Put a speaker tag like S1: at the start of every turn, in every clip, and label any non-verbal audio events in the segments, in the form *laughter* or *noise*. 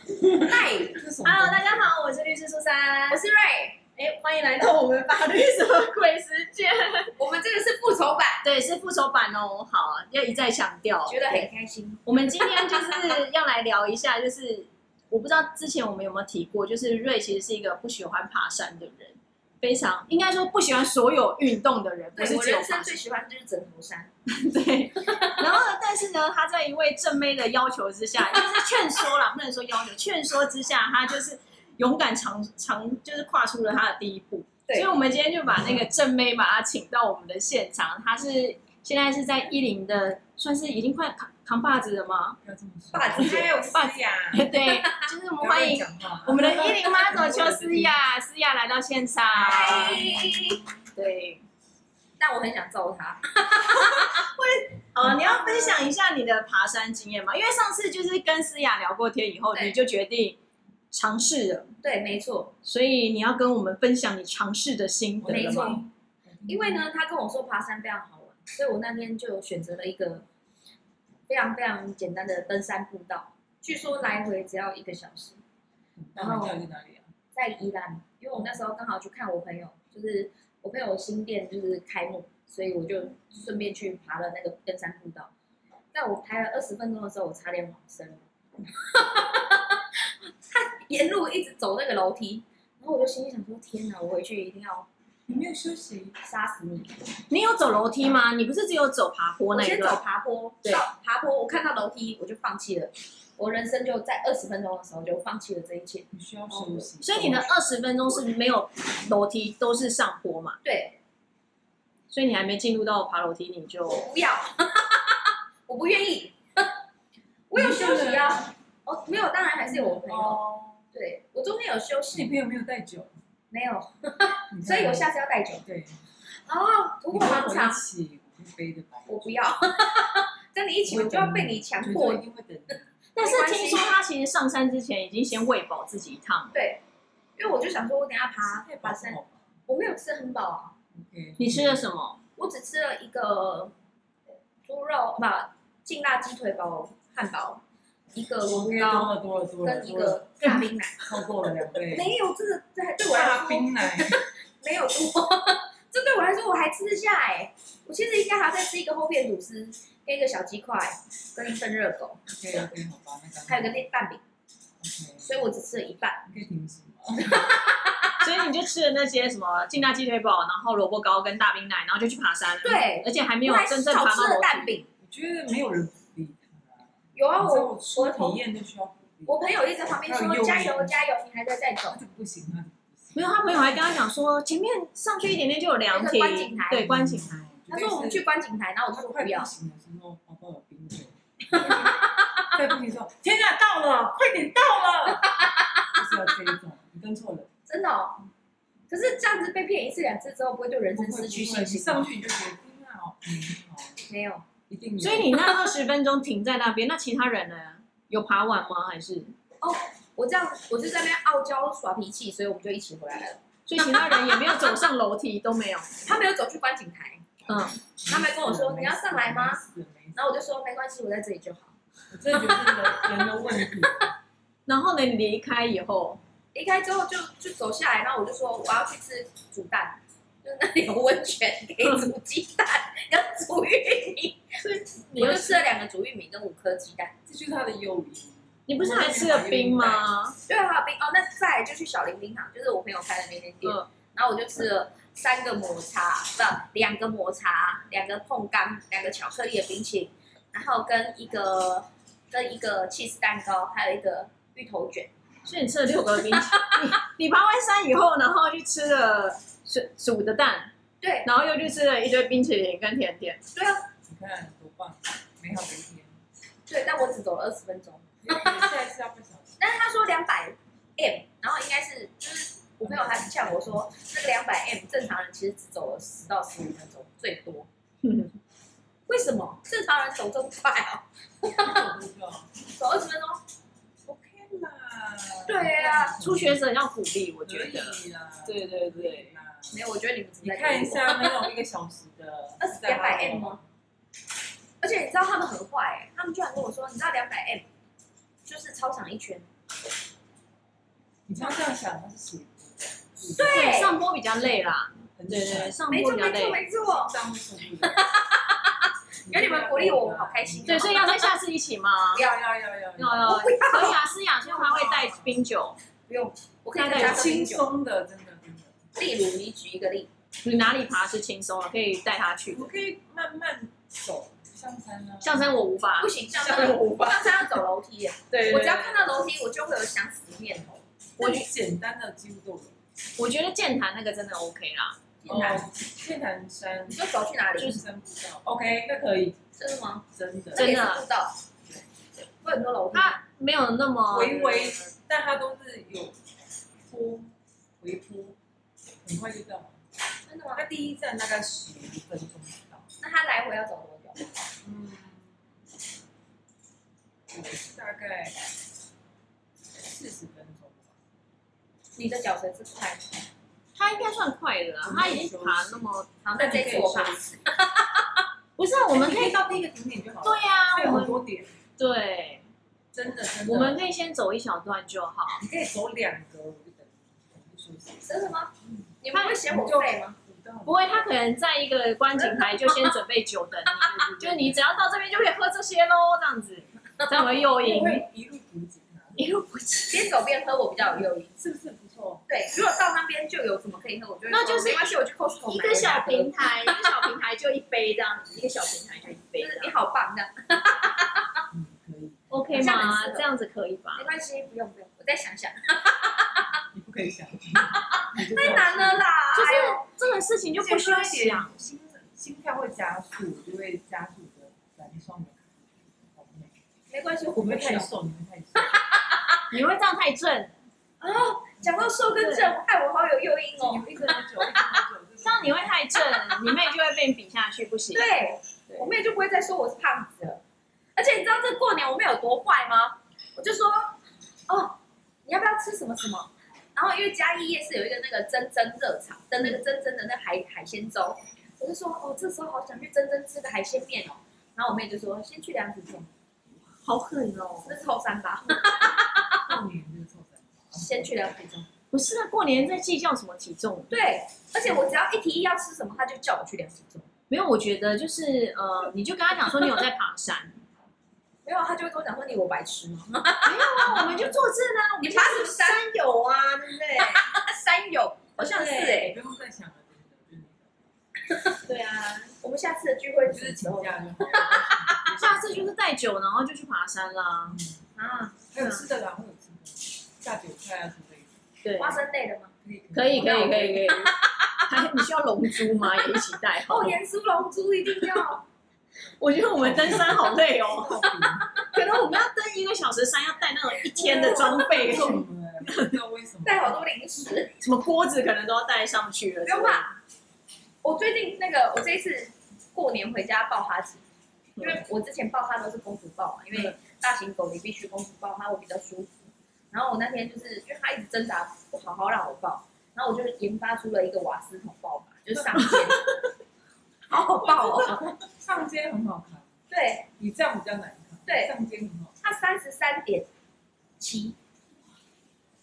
S1: *laughs* 嗨，Hello，大家好，我是律师苏珊，我是瑞。哎，欢迎来到我们法律什么鬼时间？
S2: 我们这个是复仇版，
S1: 对，是复仇版哦。好，要一再强调。
S2: 觉得很开心。
S1: 我们今天就是要来聊一下，就是我不知道之前我们有没有提过，就是瑞其实是一个不喜欢爬山的人，非常应该说不喜欢所有运动的人，不
S2: 对
S1: 是
S2: 我
S1: 只有
S2: 人
S1: 爬
S2: 生
S1: 山
S2: 最。喜欢的就是枕头山，
S1: *laughs* 对，然后呢但是呢，他在一位正妹的要求之下，就是劝说啦，不能说要求，劝说之下，他就是勇敢尝尝，就是跨出了他的第一步。
S2: 对
S1: 所以我们今天就把那个正妹把她请到我们的现场，她是现在是在一零的，算是已经快扛扛把子了吗？ *laughs*
S3: 不要这么说，
S2: 爸子还有爸子呀，
S1: 对，就是我
S3: 不
S1: 们
S3: 要乱
S1: 欢迎
S3: 讲话
S1: 我们的一零妈总邱思雅，思雅来到现场。
S2: 嗨，
S1: 对，
S2: 但我很想揍他，
S1: 呃，你要分享一下你的爬山经验吗？因为上次就是跟思雅聊过天以后，
S2: 对
S1: 你就决定尝试了，
S2: 对，没错，
S1: 所以你要跟我们分享你尝试的心得
S2: 没
S1: 了吗？
S2: 错，因为呢，他跟我说爬山非常好玩，所以我那天就选择了一个非常非常简单的登山步道，据说来回只要一个小时，
S3: 那我们到底在
S2: 嗯
S3: 哪里啊？
S2: 在宜兰，因为我那时候刚好去看我朋友，就是我朋友新店就是开幕，所以我就顺便去爬了那个登山步道。在我爬了二十分钟的时候，我差点往生了。 *laughs* 他沿路一直走那个楼梯，然后我就心里想说：天哪，我回去一定要
S3: 你没有休息，
S2: 杀死你！
S1: 你有走楼梯吗？你不是只有走爬坡
S2: 我
S1: 那一
S2: 先走
S1: 段？
S2: 爬坡，
S1: 对
S2: 到爬坡，我看到楼梯我就放弃了。我人生就在二十分钟的时候就放弃了这一切。
S3: 你需要休
S2: 哦
S3: 息。
S1: 所以你的二十分钟是没有楼梯，都是上坡嘛，
S2: 对，
S1: 所以你还没进入到爬楼梯，你就
S2: 我不要， *laughs* 我不愿意。 *laughs* 我有休息啊，哦，没有，当然还是有我朋友。
S3: 哦，
S2: 对我中间有休
S3: 是
S2: 息，
S3: 你朋友没有带酒，
S2: 没有，
S3: 你看
S2: 所以我下次要带酒。
S3: 对，
S2: 哦，突
S3: 你
S2: 破
S3: 跟
S2: 盲
S3: 我一
S2: 肠，
S3: 起，我会背着吧。
S2: 我不要。 *laughs* 跟你一起，我就要被你强
S3: 我
S2: 迫
S3: 一。定会等你。
S1: 但
S2: 没
S1: 是
S2: 关系
S1: 听说他其实上山之前已经先喂饱自己一趟。
S2: 对，因为我就想说，我等一下爬
S3: 太
S2: 爬
S3: 保
S2: 山，
S3: 守
S2: 我没有吃很饱啊，
S3: ，OK。
S1: 你吃了什么？
S2: *laughs* 我只吃了一个猪肉不劲辣鸡腿堡汉堡，一个萝卜
S3: ？OK，多
S2: 糕
S3: 了多了多了
S2: 跟一
S3: 多了，
S2: 个大冰奶。
S3: 超过了两倍。
S2: 没有，这个这还对我来
S3: 大
S2: 说
S3: 冰
S2: *laughs*
S3: 奶，
S2: 没有多， *laughs* 这对我来说我还吃得下哎、我其实应该还要再吃一个厚片吐司，跟一个小鸡块，跟一份热狗，
S3: OK OK，好吧，那刚
S2: 还有个那蛋饼，所
S3: ，OK，
S2: 以我只吃了一半。
S3: 你可以停止吗？ *laughs*
S1: 所以你就吃了那些什么劲辣鸡腿堡，然后萝卜糕跟大冰奶，然后就去爬山了。，
S2: 对，
S1: 而且还没有啊
S2: 我还
S1: 真
S2: 少
S1: 正爬到
S2: 吃了
S1: 楼
S2: 蛋
S1: 梯。
S2: 饼。
S3: 我觉得没有人鼓励他。
S2: 有啊，
S3: 你知道
S2: 我
S3: 我吃体验就需要鼓励。
S2: 我朋友一直在旁边
S3: 还
S2: 说
S3: 有
S2: 加
S3: 诱
S2: 油
S3: 因
S2: 加油，你还在再
S3: 他
S2: 走。
S3: 这个不行，他这个不行。
S1: 没有，他朋友还跟他讲说，前面上去一点点就有凉
S2: 那个观景
S1: 亭
S2: 台，
S1: 对，观景
S3: 嗯
S1: 台。
S2: 他说我们去观景台，然后我就
S3: 他
S2: 说
S3: 快
S2: 不要
S3: 不。行的时候，包包有冰水。再不行说，天啊，到了，快点到了，就是要这一种，你跟错了，
S2: 真的、哦。可是这样子被骗一次两次之后，不会对人
S3: 不
S2: 生
S3: 会
S2: 失去
S3: 不会
S2: 信
S3: 你
S2: 心
S3: 上
S2: 吗？
S3: 去你就觉得天啊，好平好，
S2: 没有，
S3: 一定有
S1: 所以你那二十分钟停在那边，那其他人呢？有爬完吗？还是？
S2: 我这样我就在那边傲娇耍脾气，所以我们就一起回来了。
S1: 所以其他人也没有走上楼梯，都 *laughs* 没有。
S2: 他没有走去观景台，
S1: 嗯，
S2: 他们跟我说你要上来吗
S3: 没事？没事，
S2: 然后我就说没关系，我在这里就好。
S3: 我真的觉得是人人的问题，
S1: 然后呢，你离开以后，
S2: 离开之后就就走下来，然后我就说我要去吃煮蛋，就是那里有温泉可以煮鸡蛋，要煮玉米，
S1: 你
S2: 我
S1: 又
S2: 就吃了两个煮玉米跟五颗鸡蛋。
S3: 这就是他的诱因。
S1: 你不是还吃了冰吗？
S2: 对啊，还有冰哦，那再来就去小林冰糖，就是我朋友开的那间店，
S1: 嗯
S2: 然后我就吃了三个抹茶，不，两个抹茶，两个碰干，两个巧克力的冰淇淋，然后跟一个跟一个 cheese 蛋糕，还有一个芋头卷。
S1: 所以你吃了六个冰淇淋。 *laughs* 你你爬完山以后，然后去吃了煮煮的蛋，
S2: 对
S1: 然后又去吃了一堆冰淇淋跟甜点。
S2: 对啊，
S3: 你看多棒，美好的一天。
S2: 对，但我只走了二十分钟。
S3: 因为下一次要半小时，
S2: 但是他说两百 m，然后应该是就是我朋友还呛我说，那个两百 m 正常人其实只走了十到十五分钟最多，
S1: 嗯
S2: 为什么？正常人走这么快哦，
S3: 我就说
S2: 走二十分钟？
S3: OK 啦。
S2: 对啊，
S1: 初学者要鼓励，我
S3: 我
S1: 觉
S3: 觉
S1: 得。
S3: 得啦。
S1: 对对对，
S3: 啦。
S2: 没有，我觉得你们只是
S3: 你
S2: 在
S3: 看一
S2: 骗我，
S3: 下那种一个小时的
S2: *laughs* 二十两百 m 吗？而且你知道他们很坏、欸，他们居然跟我说，你知道两百 m 就是操场一圈，
S3: 你不要这样想，它是属于
S2: 对
S1: 上坡比较累啦，
S3: 很
S1: 对对对，
S3: 对，
S1: 上
S2: 没
S1: 坡
S2: 错
S1: 比较
S2: 没错
S1: 累。
S2: 没错，
S3: 上是属于的。
S2: *laughs* 有你们鼓励我，我好开心哦。
S1: 对，所以要在下次一起 *laughs* 吗？
S2: 不要
S3: 要要要
S1: 有有，
S2: 不要
S1: 可以啊，思雅，所以他会带冰酒。
S2: 不用，我可以跟
S1: 大概
S2: 他
S1: 有
S2: 喝
S3: 轻
S2: 冰酒。
S3: 松的，真的真的。
S2: 例如，你举一个例，
S1: 你哪里爬是轻松的，可以带他去
S3: 我。可以慢慢走，上山啊。
S1: 象山我无法
S2: *laughs* 不，行，上
S1: 像
S2: 山
S1: 我无法。
S2: 上山要走楼梯耶，
S1: 对
S2: 我只要看到楼梯，我就会有想死的念头。
S3: 我简单的几乎都有。
S1: 我觉得健谈那个真的 OK 啦，
S2: 天哪，
S3: 哦，剑南山
S2: 你说走去哪
S3: 就是
S2: 里？
S3: 山步道，OK，那可以，
S2: 真的吗？
S3: 真的
S1: 哦
S2: 那
S1: 真。的
S2: 个也是步道，会很多楼梯。
S1: 他没有那么
S3: 微微，但它都是有坡，回坡，很快就到了。
S2: 真的吗？
S3: 它第一站大概十分钟就到。
S2: 那他来回要走多久？
S3: 嗯，我是大概四十分钟吧。
S2: 你的脚程是快的，
S1: 他应该算快的啦，他已经爬那么，
S2: 好，那这次我爬
S1: 嗯
S3: 那你可以
S1: 不是啊，我们可 *laughs* 以，
S3: 到第一个景点就好
S2: 啊
S3: 了。
S1: 对呀
S3: 它，有
S1: 我
S3: 很
S1: 们
S3: 多点，
S1: 对，
S3: 真的真的。
S1: 我们可以先走一小段就好。
S3: 你可以走两格，我就等你，我就休息。
S2: 真的吗？
S1: 嗯
S2: 你们会嫌我废吗？
S3: 五到
S1: 不会，他可能在一个观景台就先准备酒等你， *laughs* 就是你只要到这边就可以喝这些喽，这样子，这样会诱 *laughs*
S3: 我
S1: 因，
S3: 会一路补给它，
S1: 一路不止。
S2: 边走边喝，我比较有诱因。
S3: 是不是不错？
S2: 对，如果到那边就有什么可以喝，我就会说
S1: 那就是
S2: 没关系，我去 Costco
S1: 一
S2: 买
S1: 个小平
S2: 瓶，
S1: 台，一个小平台就一杯这样子，一个小平台 *laughs* 就一杯
S2: 就
S1: 这
S2: 是
S1: 样
S2: 你好棒这样，
S3: 嗯，可以。
S1: ，OK
S2: 这样很
S1: 吗
S2: 适？合
S1: 这样子可以吧
S2: 没？关系，不用不用，我再想想，
S3: 你不可以想，
S2: 太
S3: 太
S2: 难了。啦，
S1: 就是
S2: 哎呦
S1: 这个事情就不需要想，
S3: 心心跳会加速，就会加速的燃烧你的红梅。
S2: 没关系，
S3: 我
S2: 我
S3: 不会
S2: 们
S3: 太
S2: 太
S3: 瘦，你会太瘦。
S1: 你会这样太正，
S2: 哦，讲到瘦跟正，害我好有诱因
S3: 你
S2: 哦。
S3: 会一直喝酒，一直喝酒，
S1: 这样你会太正，你妹就会被比下去，不行。
S2: 对，
S1: 对
S2: 我妹就不会再说我是胖子了。而且你知道这过年我妹有多坏吗？我就说，哦，你要不要吃什么什么？然后因为嘉义夜市有一个那个蒸蒸热炒的那个蒸蒸的那海海鲜粥，我就说哦，这时候好想去蒸蒸吃个海鲜面哦。然后我妹就说先去两子粽，
S1: 好狠哦！
S2: 是不是臭三八？
S3: 过年就是臭三八。
S2: 先去两子粽。
S1: 不是啊，过年在计较什么体重？
S2: 对，而且我只要一提议要吃什么，她就叫我去两子粽。
S1: 没有，我觉得就是呃，你就跟他讲说你有在爬山，
S2: 没有，啊她就会跟我讲说你我白痴吗？
S1: 那我们就作证 *laughs* 啊，我
S2: 你
S1: 们
S2: 爬什么山？
S1: 友啊，对不对？
S2: *laughs* 山友好像是哎、
S3: 不用再想了，真的。
S1: 对啊，
S2: 我们下次的聚会
S3: 就
S2: 就是是
S3: 请假就好。
S1: 下次就是带酒，然后就去爬山啦。
S2: 啊。
S3: 还有吃的啦，会有吃的，下酒菜啊什么的，
S1: 对
S2: 花生类的吗？
S3: 可以
S1: 可以可以可以可以。还你需要龙珠吗？也一起 *laughs* 带。
S2: 哦，盐酥龙珠一定要，
S1: 我觉得我们登山好累 *laughs* 哦，
S3: 好评。
S1: 可能我们要登一个小时山，要带那种一天的装备，
S3: 重哎，不知道为什么。
S2: 带好多零食。
S1: 什么锅子可能都要带上去了。
S2: 不用怕，我最近那个，我这一次过年回家抱哈子，因为我之前抱哈都是公主抱嘛，因为大型狗你必须公主抱它会比较舒服。然后我那天就是因为它一直挣扎不好好让我抱，然后我就研发出了一个瓦斯桶抱法，就是上肩，好好抱哦。
S3: 上肩很好看，
S2: 对，
S3: 你这样比较难看。
S2: 对
S3: 上肩很好
S2: 它三十三点七，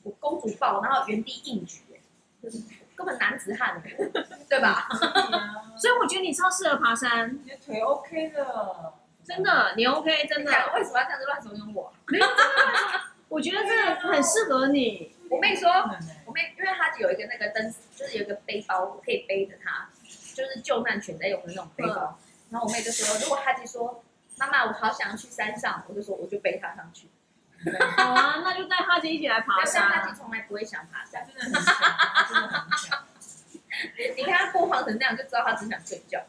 S2: 我公主抱，然后原地硬举，哎就是根本男子汉，对吧？
S3: 看。对啊
S1: 所以我觉得你超适合爬山，
S3: 你的腿 OK 的，
S1: 真。的，你 OK，真的，
S2: 为什么要这样子乱怂恿我？
S1: 没有真的，我觉得这个很适合你。
S2: 我妹说，我妹因为她有一个那个登，就是有一个背包，我可以背着她，就是救难犬在用的那种背
S1: 嗯
S2: 包。然后我妹就说，如果哈吉说妈妈，我好想去山上，我就说我就背她上去。
S1: 好 *laughs* 啊，那就带哈姐一起来爬
S2: 但是
S1: 山
S2: 哈
S1: 啊。
S2: 吉从来不会想爬
S3: 他
S2: 山， *laughs*
S3: 真的很强，他真的很强。
S2: 你看他疯狂成这样，就知道他只想睡觉。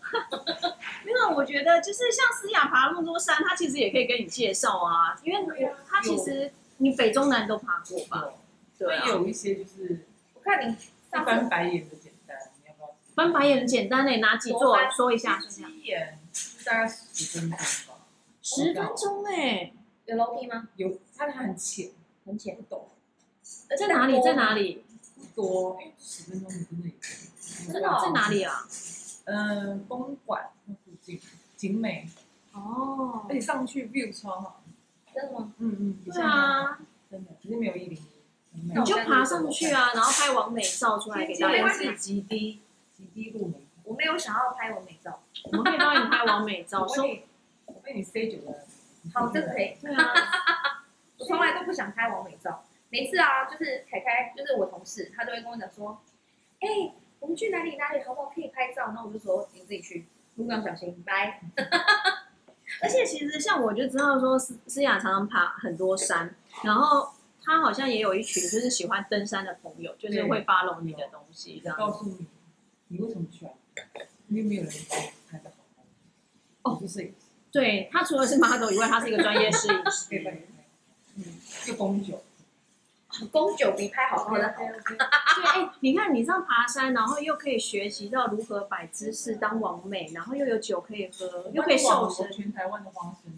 S1: 没有，我觉得就是像思雅爬那么多山，她其实也可以跟你介绍啊，因为我她其实你北中南都爬过吧？对啊
S3: 会，有一些就是一
S2: 我看你上次
S3: 翻白眼的简单，你要不要？
S1: 翻白眼很简单嘞，哪几
S2: 我
S1: 座
S2: 翻？
S1: 说一下，说一下。
S3: 鸡眼大概十分钟吧，
S1: 十分钟哎，
S2: 有楼梯吗？
S3: 有它很浅，
S2: 很浅，
S3: 不懂
S1: 呃在哪里？在哪？里？
S3: 不多，因为十分钟你真的也
S2: 真的哦
S1: 在哪里啊？
S3: 嗯，公馆那附近景美，
S1: 哦
S3: 而，且上去 view 超好。
S2: 真的吗？
S3: 嗯嗯，
S1: 对，啊，
S3: 真的，只是没有一零一，很没
S1: 你
S3: 有
S1: 就爬上去啊，然后拍完美照出来给大
S3: 今
S1: 家
S3: 天
S1: 看
S3: 是。极低极低入门，
S2: 我没有想要拍完美照。
S1: 我们可以帮你拍完美照，
S3: 我
S1: 说
S3: *laughs* 被你我被你塞久了。
S1: 嗯
S2: 好，这个
S1: *laughs*
S2: 可以。
S1: 对啊，
S2: 我从来都不想拍完美照。每次啊，就是凯凯，就是我同事，他都会跟我讲说，哎、我们去哪里哪里好不好？可以拍照。然后我就说你自己去，路上小心，拜。
S1: 而且其实像我就知道说，思思雅常常爬很多山，然后她好像也有一群就是喜欢登山的朋友，就是会发拢你的东西这
S3: 我
S1: 样。
S3: 告诉你，你为什么去啊？因为没有人帮你拍的好看。
S1: 哦
S3: 你就是
S1: 对她除了是 model 以外，她是一个专业摄影 *laughs*
S3: 可以帮
S1: 师。
S3: 你拍，嗯，就公酒。
S2: 公酒比拍好看的好。
S3: OK，OK
S1: 对，哎、你看你这样爬山，然后又可以学习到如何摆姿势当王美，然后又有酒可以喝，又可以瘦身。
S3: 全台湾的花
S1: *laughs*
S3: 生，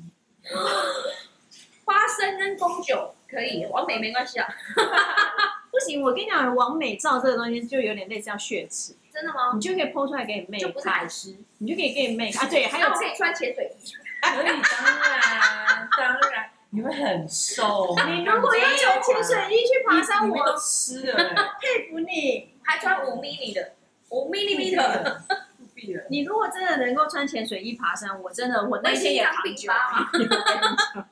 S2: 花生跟公酒可以，完美没关系啊。
S1: 不行，我跟你讲，王美照这个东西就有点类似像血池，
S2: 真的吗？
S1: 哦你就可以剖出来给你妹
S2: 就不是哦
S1: 看
S2: 海，狮。
S1: 你就可以给你妹看啊。对，还有
S2: 那我可以穿潜水衣。
S3: 所以当然当然， *laughs* 你们很瘦。
S1: 你
S2: 啊
S1: 如果要有潜水衣去爬山，
S3: 你们
S1: 我
S3: 都吃了
S1: *laughs*
S3: 欸，
S1: 佩服你。
S2: 还穿五 mini 的，五 mini
S3: 必
S2: 的。
S3: 了，不必了。
S1: 你如果真的能够穿潜水衣爬山，我真的我
S2: 那
S1: 那天
S2: 天
S1: 也
S2: 也
S1: 扛
S2: 扛
S1: 久
S2: 久。
S3: 对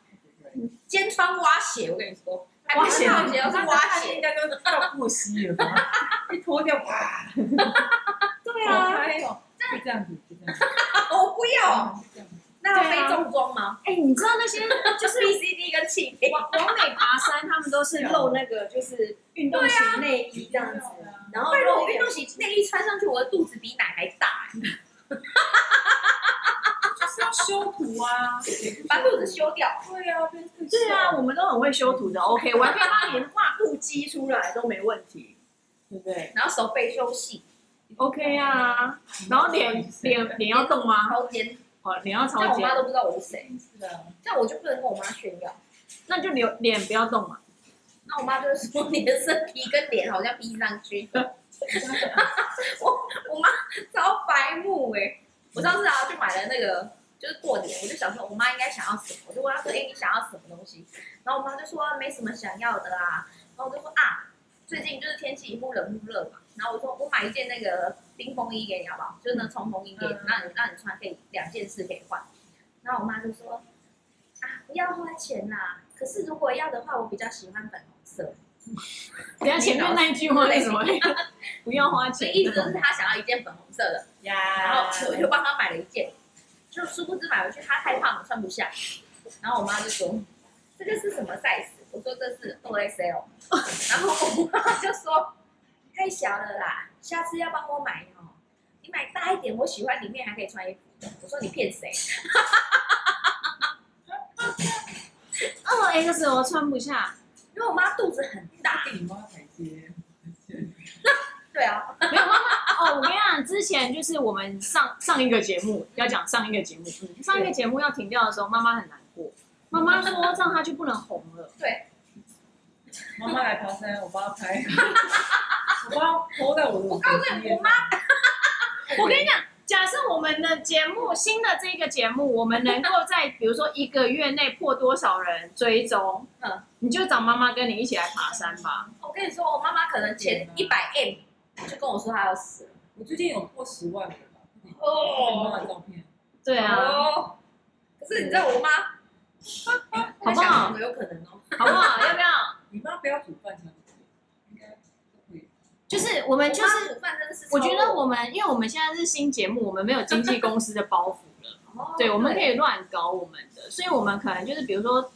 S2: 肩穿蛙鞋，我跟你 *laughs* 说，还不
S1: 蛙
S2: 是
S1: 鞋
S2: 套鞋，而是蛙
S3: 应
S2: 鞋。
S3: 该都到过膝了吧？一脱掉，哇！
S2: 对
S3: 好
S2: 啊，
S3: 嗨哦，就这样子，就这样子。
S2: 哦我不要，
S3: 就这样子
S2: 那要
S1: 对啊
S2: 非重装吗？
S1: 哎、你知道
S2: *laughs*
S1: 那些
S2: 就是 BCD 跟气垫。
S1: 王王美爬山，他们都是露那个就是运动型内衣这样子，然后
S2: 啊拜托，我
S1: 露一
S2: 运
S1: 点
S2: 动鞋内衣穿上去，我的肚子比奶还 *laughs* 大，
S3: 就是要修图啊，
S2: 把肚子修掉。
S3: 对啊，变瘦
S1: 对啊，，我们都很会修图的，OK，我还
S2: *laughs*
S1: 可以帮你画腹肌出来都没问题，对不对
S2: 然后手背修细，
S1: ？OK 啊，然后脸脸脸要动吗？
S2: 超尖，
S1: 哦，脸要
S2: 但
S1: 朝
S2: 我妈
S1: 前，
S2: 都不知道我是谁，
S3: 是啊，
S2: 这样我就不能跟我妈炫耀。
S1: 那就脸脸不要动嘛。
S2: 那我妈就会说你的身体跟脸好像逼上去， *laughs* 我妈超白目哎、我上次啊去买了那个，就是过年，我就想说我妈应该想要什么，我就问她说，哎、你想要什么东西？然后我妈就说、啊没什么想要的啦、然后我就说啊，最近就是天气忽冷忽热嘛，然后我说我买一件那个冰风衣给你好不好？就是那冲锋衣给你，
S1: 嗯
S2: 让你让你穿，可以两件事可以换。然后我妈就说啊，不要花钱啦，可是如果要的话，我比较喜欢粉红色。
S1: 等一下前面那一句话是什么？ *laughs* 不要花
S2: 所
S1: 钱
S2: 以，意思就是她想要一件粉红色的。然后
S3: 呀
S2: 我就帮他买了一件，就殊不知买回去他太胖了穿不下，然后我妈就说嗯这个是什么 size？我说这是 OSL，然后我妈就说太小了啦，下次要帮我买哦，你买大一点，我喜欢里面还可以穿衣服的。我说你骗谁？
S1: 二 X 我穿不下，
S2: 因为我妈肚子很大，
S3: 给你妈台阶。
S2: 对啊，
S1: 没有妈妈哦，我跟你讲，之前就是我们上上一个节目要讲上一个节目，上一个节目要停掉的时候，妈妈很难过，妈妈说这样她就不能红了。
S3: 妈妈来爬山，我帮
S1: *laughs*
S3: 她拍。我妈抛在我的我
S2: 告诉你我妈
S1: 我跟你讲，假设我们的节目新的这个节目，我们能够在比如说一个月内破多少人追踪，哦
S2: 嗯
S1: 你就找妈妈跟你一起来爬山吧。
S2: 我跟你说，我妈妈可能前一百 M 就跟我说她要死了。
S3: 我最近有破十万了吧？我妈妈
S2: 哦，
S3: 的照片，
S1: 对啊，
S2: 哦，可是你知道我妈，
S1: 好
S2: 她
S1: 不
S2: 想
S1: 好？
S2: 的有可能哦。
S1: 好不好？要不要？
S3: 你妈不要煮饭，想煮，应该都可以。
S1: 就是我们就是，
S2: 煮饭真的是超，
S1: 我觉得我们因为我们现在是新节目，我们没有经纪公司的包袱。 *laughs*
S2: 哦
S1: 对，我们可以乱搞我们的，所以我们可能就是比如说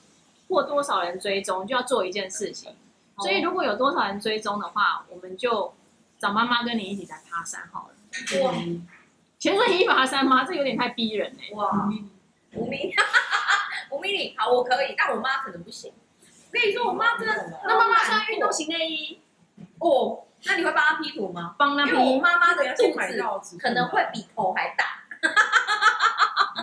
S1: 或多少人追踪就要做一件事情，所以如果有多少人追踪的话，我们就找妈妈跟你一起来爬山好了。
S2: 哇
S1: 潜水衣爬山吗？这有点太逼人哎、
S2: 哇，五米 *laughs* 里，五米里，好，我可以，但我妈可能不行。我跟你说，我妈真的
S1: 那妈妈穿运动型内衣，
S2: 哦，那你会帮她 P 图吗？
S1: 帮那
S2: 因为我
S1: 逼。
S2: 妈妈的肚
S3: 先买
S2: 子
S3: 到尺寸吧
S2: 可能会比头还大，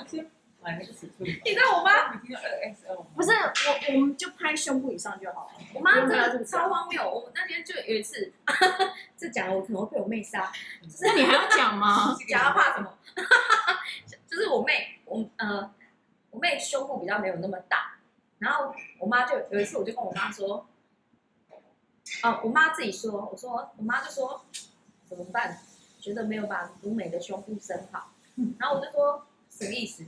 S3: 先买那个尺寸吧。
S2: 你知道我妈，
S3: 你听到二 XL 吗？
S1: 不是我，我们就拍胸部以上就好了。
S2: 我妈真的超荒谬。我那天就有一次， *laughs* 这讲了我可能会被我妹杀，
S1: 那你还要讲 *laughs* 吗？
S2: *laughs* 讲她怕什么？就是我妹，我呃，我妹胸部比较没有那么大，然后我妈就有一次，我就跟我妈说，呃，我妈自己说，我说我妈就说怎么办？觉得没有把鲁美的胸部生好，然后我就说什么意思？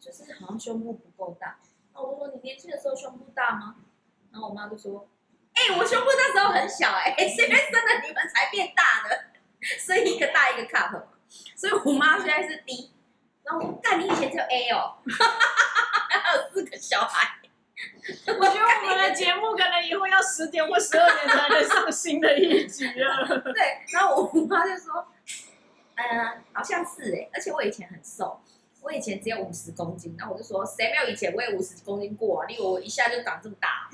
S2: 就是好像胸部不够大。那我就说你年轻的时候胸部大吗？然后我妈就说，哎、我胸部那时候很小、哎，现在生了你们才变大的，生一个大一个 cup 嘛。所以我妈现在是 D，然后我说干，你以前只有 A 哦，还有四个小孩。
S1: 我觉得我们的节目可能以后要十点或十二点才能上新的一集了。
S2: 对，然后我妈就说，嗯，好像是哎、而且我以前很瘦，我以前只有五十公斤，然后我就说谁没有以前我也五十公斤过啊，例如我一下就长这么大，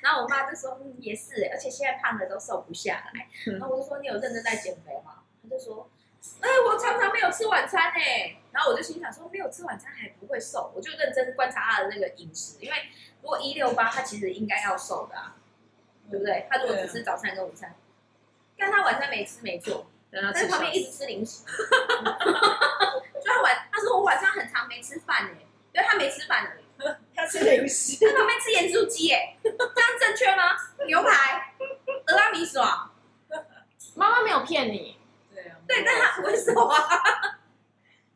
S2: 然后我妈就说嗯也是、欸，而且现在胖的都瘦不下来，然后我就说你有认真在减肥吗？她就说。哎、我常常没有吃晚餐哎、然后我就心想说，没有吃晚餐还不会瘦，我就认真观察她的那个饮食，因为如果一六八，她其实应该要瘦的啊，对不对？她如果只吃早餐跟午餐，但她晚餐没吃没做，但是旁边一直吃零食。 *laughs* 就他晚，他说我晚上很长没吃饭呢、对他没吃饭而已。
S1: 他吃零食，
S2: 他旁边吃盐酥鸡耶、 *laughs* 这样正确吗？牛排、俄拉米爽，
S1: 妈妈没有骗你。
S3: 对啊，
S2: 对，但他不会瘦啊。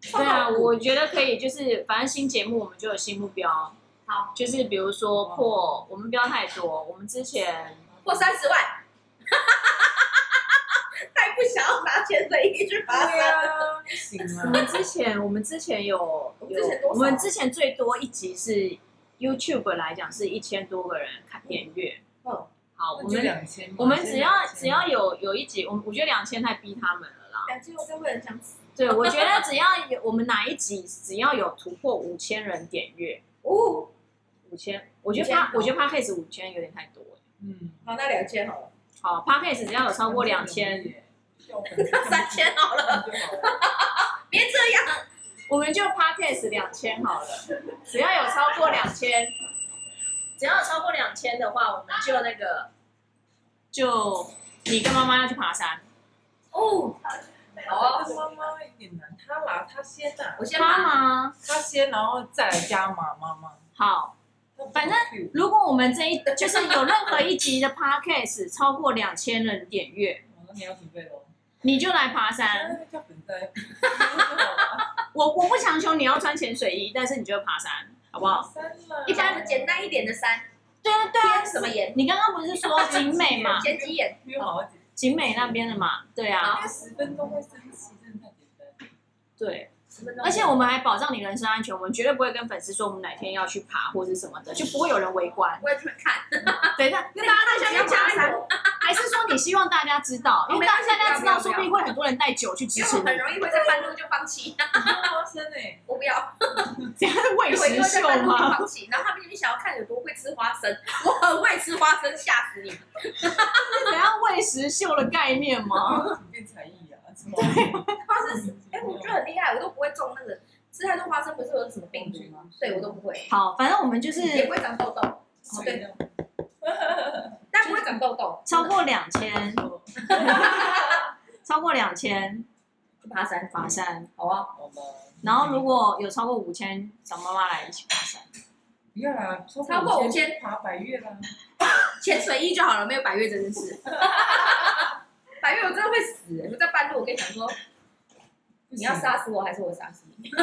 S1: 对啊，我觉得可以，就是反正新节目我们就有新目标，啊
S2: 好，
S1: 就是比如说破，我们不要太多。我们之
S3: *laughs*
S1: 前
S2: 过三十万，太不想要拿钱随意去发
S3: 对
S2: 生。
S3: 啊，不行
S1: 我
S3: 啊，
S1: 们之前，我们之前有，
S2: 我们之
S1: 有
S2: 前多少
S1: 我们之前最多一集是 YouTube 来讲是一千多个人看点阅。
S2: 嗯，
S1: 好，
S3: 那
S1: 我
S3: 你就
S1: 们
S3: 两千嘛，
S1: 我们只要
S3: 先2000
S1: 只要有有一集，我们我觉得两千太逼他们了啦。
S2: 两千我真会很想死。
S1: 对，我觉得只要有我们哪一集只要有突破五千人点阅，
S2: 哦，
S1: 五千，我觉得
S2: 5000
S1: 他我觉得 Podcast 五千有点太多了。
S3: 嗯，
S2: 好，那两千好了，
S1: 好，Podcast 只要有超过两千，
S3: 掉粉丝，
S2: 三千好了，
S3: 就好了，
S2: 别这样。
S1: 我们就 podcast 两千好了，只要有超过两千，只要有超过两千的话，我们就那个，就你跟妈妈要去爬山，
S2: 哦，
S3: 好，这妈妈有点难，她啦，她先啦，
S2: 我先
S1: 妈
S2: 把
S1: 妈
S3: 她先，然后再来加码妈妈，
S1: 好。反
S3: 正
S1: 如果我们这一就是有任何一集的 podcast 超过两千人点阅，
S3: 那你要准备喽，
S1: 你就来爬山。
S3: 那啊叫粉
S2: *laughs*
S3: 在，好
S1: 我我不强求你要穿潜水衣，但是你就爬山，好不好？？
S3: 三啦，
S2: 一般简单一点的三，
S1: 对啊对啊
S2: 贴，什么盐？
S1: 你刚刚不是说景美嘛，
S2: 前几眼。
S3: 约好几，
S1: 景美那边的嘛，对啊
S2: 好，
S3: 约十分钟会生气，真的太简单。
S1: 对。
S2: 十分钟
S1: 而且我们还保障你人身安全，我们绝对不会跟粉丝说我们哪天要去爬或者什么的，就不会有人围观。
S2: 不会去看，
S1: 对，那那大家在下面加
S2: 那
S1: 三，
S2: 个，
S1: 还是说你希望大家知
S2: 哦
S1: 道？因为
S2: 没
S1: 大
S2: 关系
S1: 大家知
S2: 不
S1: 道，
S2: 要不要
S1: 说不定会很多人带酒去支
S2: 因为
S1: 持
S2: 我
S1: 你
S2: 很，容易会在半路就放弃，
S3: 妈妈生哎，
S2: 我不要，
S1: 这样是
S2: 我
S1: 喂
S2: 一定
S1: 食
S2: 会在
S1: 秀
S2: 半路就
S1: 吗？
S2: 放弃。然后他们就想要看有多会吃花生，我很会吃花生，吓死你！
S1: *laughs* 怎样喂食秀的概念
S2: 哦
S1: 吗？
S3: 怎么变才艺啊？什么？对，
S2: 花生，哎，我觉得很厉害，我都不会中那个吃太多花生不是有什么病毒吗？对我都不会，
S1: 好，反正我们就是哦
S2: 也不会长痘痘，
S3: 对，
S2: *laughs* 但不会长痘痘，
S1: 超过两千，超过两千
S2: 去爬山，
S1: 爬山，
S2: 好啊，
S3: 好吧。
S1: 然后如果有超过五千，找妈妈来一起爬山。
S3: 不要啦，超
S2: 超过
S3: 五
S2: 五千
S3: 爬百越啦。
S2: 潜水衣就好了，没有百越这件事。 *laughs* 百越我真的会死，我在半路我跟你讲说，你要杀死我还是我杀死你？ *laughs*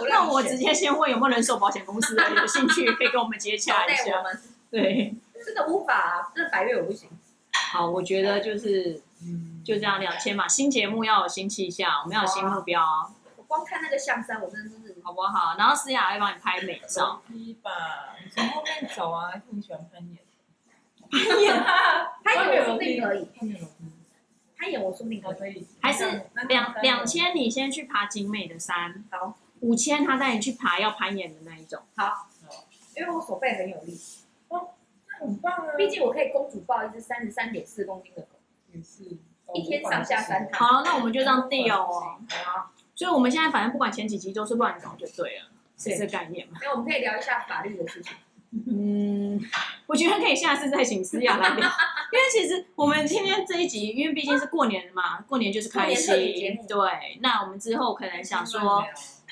S2: 我让
S1: 那
S2: 你
S1: 我
S2: 选
S1: 直接先问有没有人寿保险公司的有兴趣，可以跟我们接洽一
S2: 对我
S1: 下。
S2: 们
S1: 对，
S2: 真的无法、啊，真的白月我不行。
S1: 好，我觉得就是
S3: 嗯，
S1: 就这样两千嘛，新节目要有新气象，我们要有新目标，
S2: 我光看那个象山，我真的就是
S1: 好不好？然后思雅会帮你拍美照，
S3: 一吧，你从后面走啊，还是你喜欢攀岩？
S2: 他演我说不定可以，
S3: 攀岩楼梯，
S2: 他演我说不定可
S3: 我
S2: 以。
S3: 可以。
S1: 还是
S2: 啊
S3: 那你
S1: 两
S3: 三楼
S1: 两？千你先去爬景美的山，
S2: 好，
S1: 五千他带你去爬要攀岩的那一种，
S2: 因为我手背很有力，
S3: 那很棒啊！
S2: 毕竟我可以公主抱一只三十三点四公斤的狗。
S3: 也是哦
S2: 一天上下三趟
S1: 好，那我们就这样定哦。
S2: 啊，
S1: 所以我们现在反正不管前几集都是乱搞就对了，是这概念嘛？
S2: 那我们可以聊一下法律的事情。
S1: 嗯， *laughs* 我觉得可以下次再请思雅来聊，因为其实我们今天这一集，因为毕竟是过年嘛，过年就是开
S2: 过年特别节
S1: 心
S2: 目，
S1: 对。那我们之后可能想说。，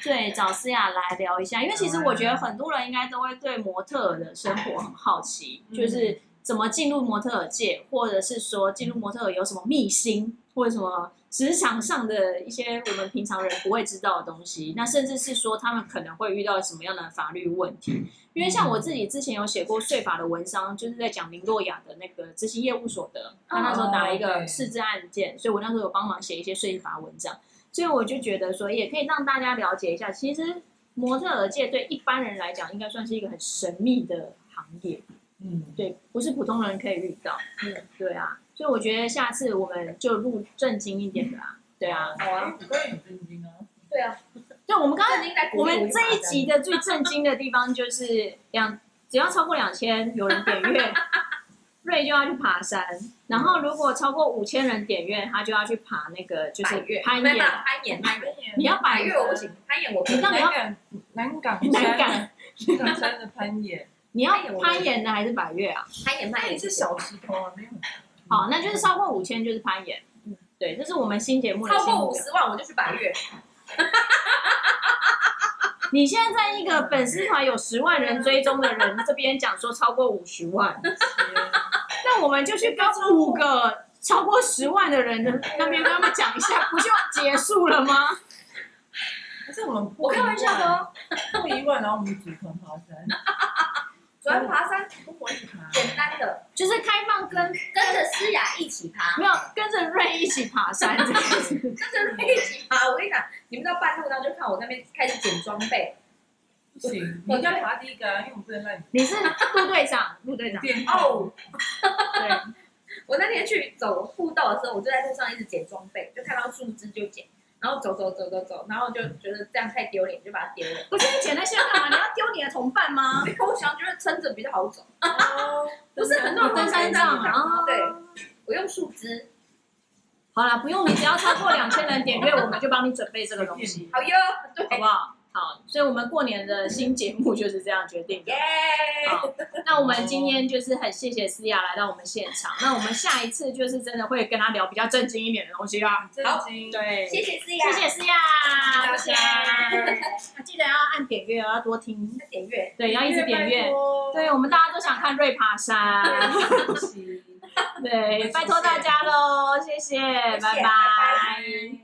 S1: 对，找思雅来聊一下，因为其实我觉得很多人应该都会对模特儿的生活很好奇，
S3: 嗯
S1: 就是怎么进入模特儿界，或者是说进入模特儿有什么秘辛，或者什么职场上的一些我们平常人不会知道的东西。那甚至是说他们可能会遇到什么样的法律问题？因为像我自己之前有写过税法的文章，就是在讲林洛雅的那个执行业务所得，他那时候打一
S3: 哦对
S1: 个市治案件，所以我那时候有帮忙写一些税法文章。所以我就觉得说，也可以让大家了解一下，其实模特儿界对一般人来讲，应该算是一个很神秘的行业，
S3: 嗯，
S1: 对，不是普通人可以遇到。嗯，对啊，所以我觉得下次我们就录正经一点的啊。对啊，
S2: 好啊，
S3: 我也很震惊啊。
S2: 对啊，
S1: 对，我们刚
S2: 正
S1: 刚
S2: 经在鼓
S1: 我
S2: 励
S1: 们这一
S2: 法
S1: 集的最震惊的地方就是两，只要超过两千有人点阅，瑞就要去爬山，然后如果超过五千人点阅，他就要去爬那个就是
S2: 百越，
S1: 攀
S2: 没有
S1: 岩
S2: 没有。攀岩，攀岩，
S1: 你要
S2: 百
S1: 百
S2: 越
S1: 越
S2: 我不行，攀岩我可以。
S1: 那你要
S3: 南港南港山
S1: 难干。
S3: 南港山的攀岩，
S1: 你要
S2: 攀岩我
S1: 攀岩的还是百越啊？
S2: 攀岩，
S3: 那
S2: 攀
S3: 也
S2: 岩
S3: 是小石头啊，没有很大。
S1: 好，那就是超过五千就是攀岩。嗯，对，这是我们新节目的
S2: 超
S1: 新
S2: 过
S1: 目
S2: 五
S1: 标。
S2: 十万我就去百越。
S1: 你现在在一个粉丝团有十万人追踪的人这边讲说超过五十万，那我们就去跟五个超过十万的人的那边跟他们讲一下，不就结束了吗？
S3: 可是我们不
S2: 我开玩笑的哦，
S3: 一万，不一万，然后我们组团爬山，
S2: 主要哦爬山
S3: 跟我一起爬。
S2: 简单的，
S1: 就是开放跟
S2: 跟着思雅一起爬，
S1: 没有跟着瑞一起爬山这样子。
S2: 跟着瑞一起爬。我跟你讲，你们到半路然后就看我那边开始捡装备。
S3: 不行，你应该爬第一个啊，因为我不能让你
S1: 你是陆队长，陆队长
S3: 垫
S2: 哦
S3: 后。
S1: 对。
S2: 我那天去走步道的时候，我就在路上一直捡装备，就看到树枝就捡，然后走走走走走，然后就觉得这样太丢脸，就把它丢了。
S1: 不是你捡那些干嘛？你要啊丢你的同伴吗？
S2: 因为我想觉得撑着比较好走，
S3: 哦
S2: 不是很多人
S1: 登山杖啊，
S2: 对我用树枝，
S1: 好啦，不用，你只要超过两千人点阅，我们就帮你准备这个东西，
S2: 好哟，
S1: 好
S2: 对，
S1: 不好？好，所以我们过年的新节目就是这样决定的 *laughs*
S2: 耶。、
S1: 好，那我们今天就是很谢谢思雅来到我们现场，那我们下一次就是真的会跟她聊比较正经一点的东西啦。
S3: 震
S2: 好
S3: 惊，
S1: 对，
S2: 谢
S1: 谢
S2: 谢思雅，
S1: 谢思雅，
S3: 谢
S1: 谢
S3: 谢
S1: 谢
S3: 大家。
S1: 那记得要按点阅哦，要多听，
S2: 点阅，
S1: 对，要一直点
S3: 拜
S1: 阅。
S3: 托，
S1: 对，啊我们大家都想看瑞爬山。
S3: 对， *laughs* 不行
S1: *laughs* 对，拜托大家喽，谢谢，
S2: 谢谢拜
S1: 拜
S2: 拜
S1: 拜。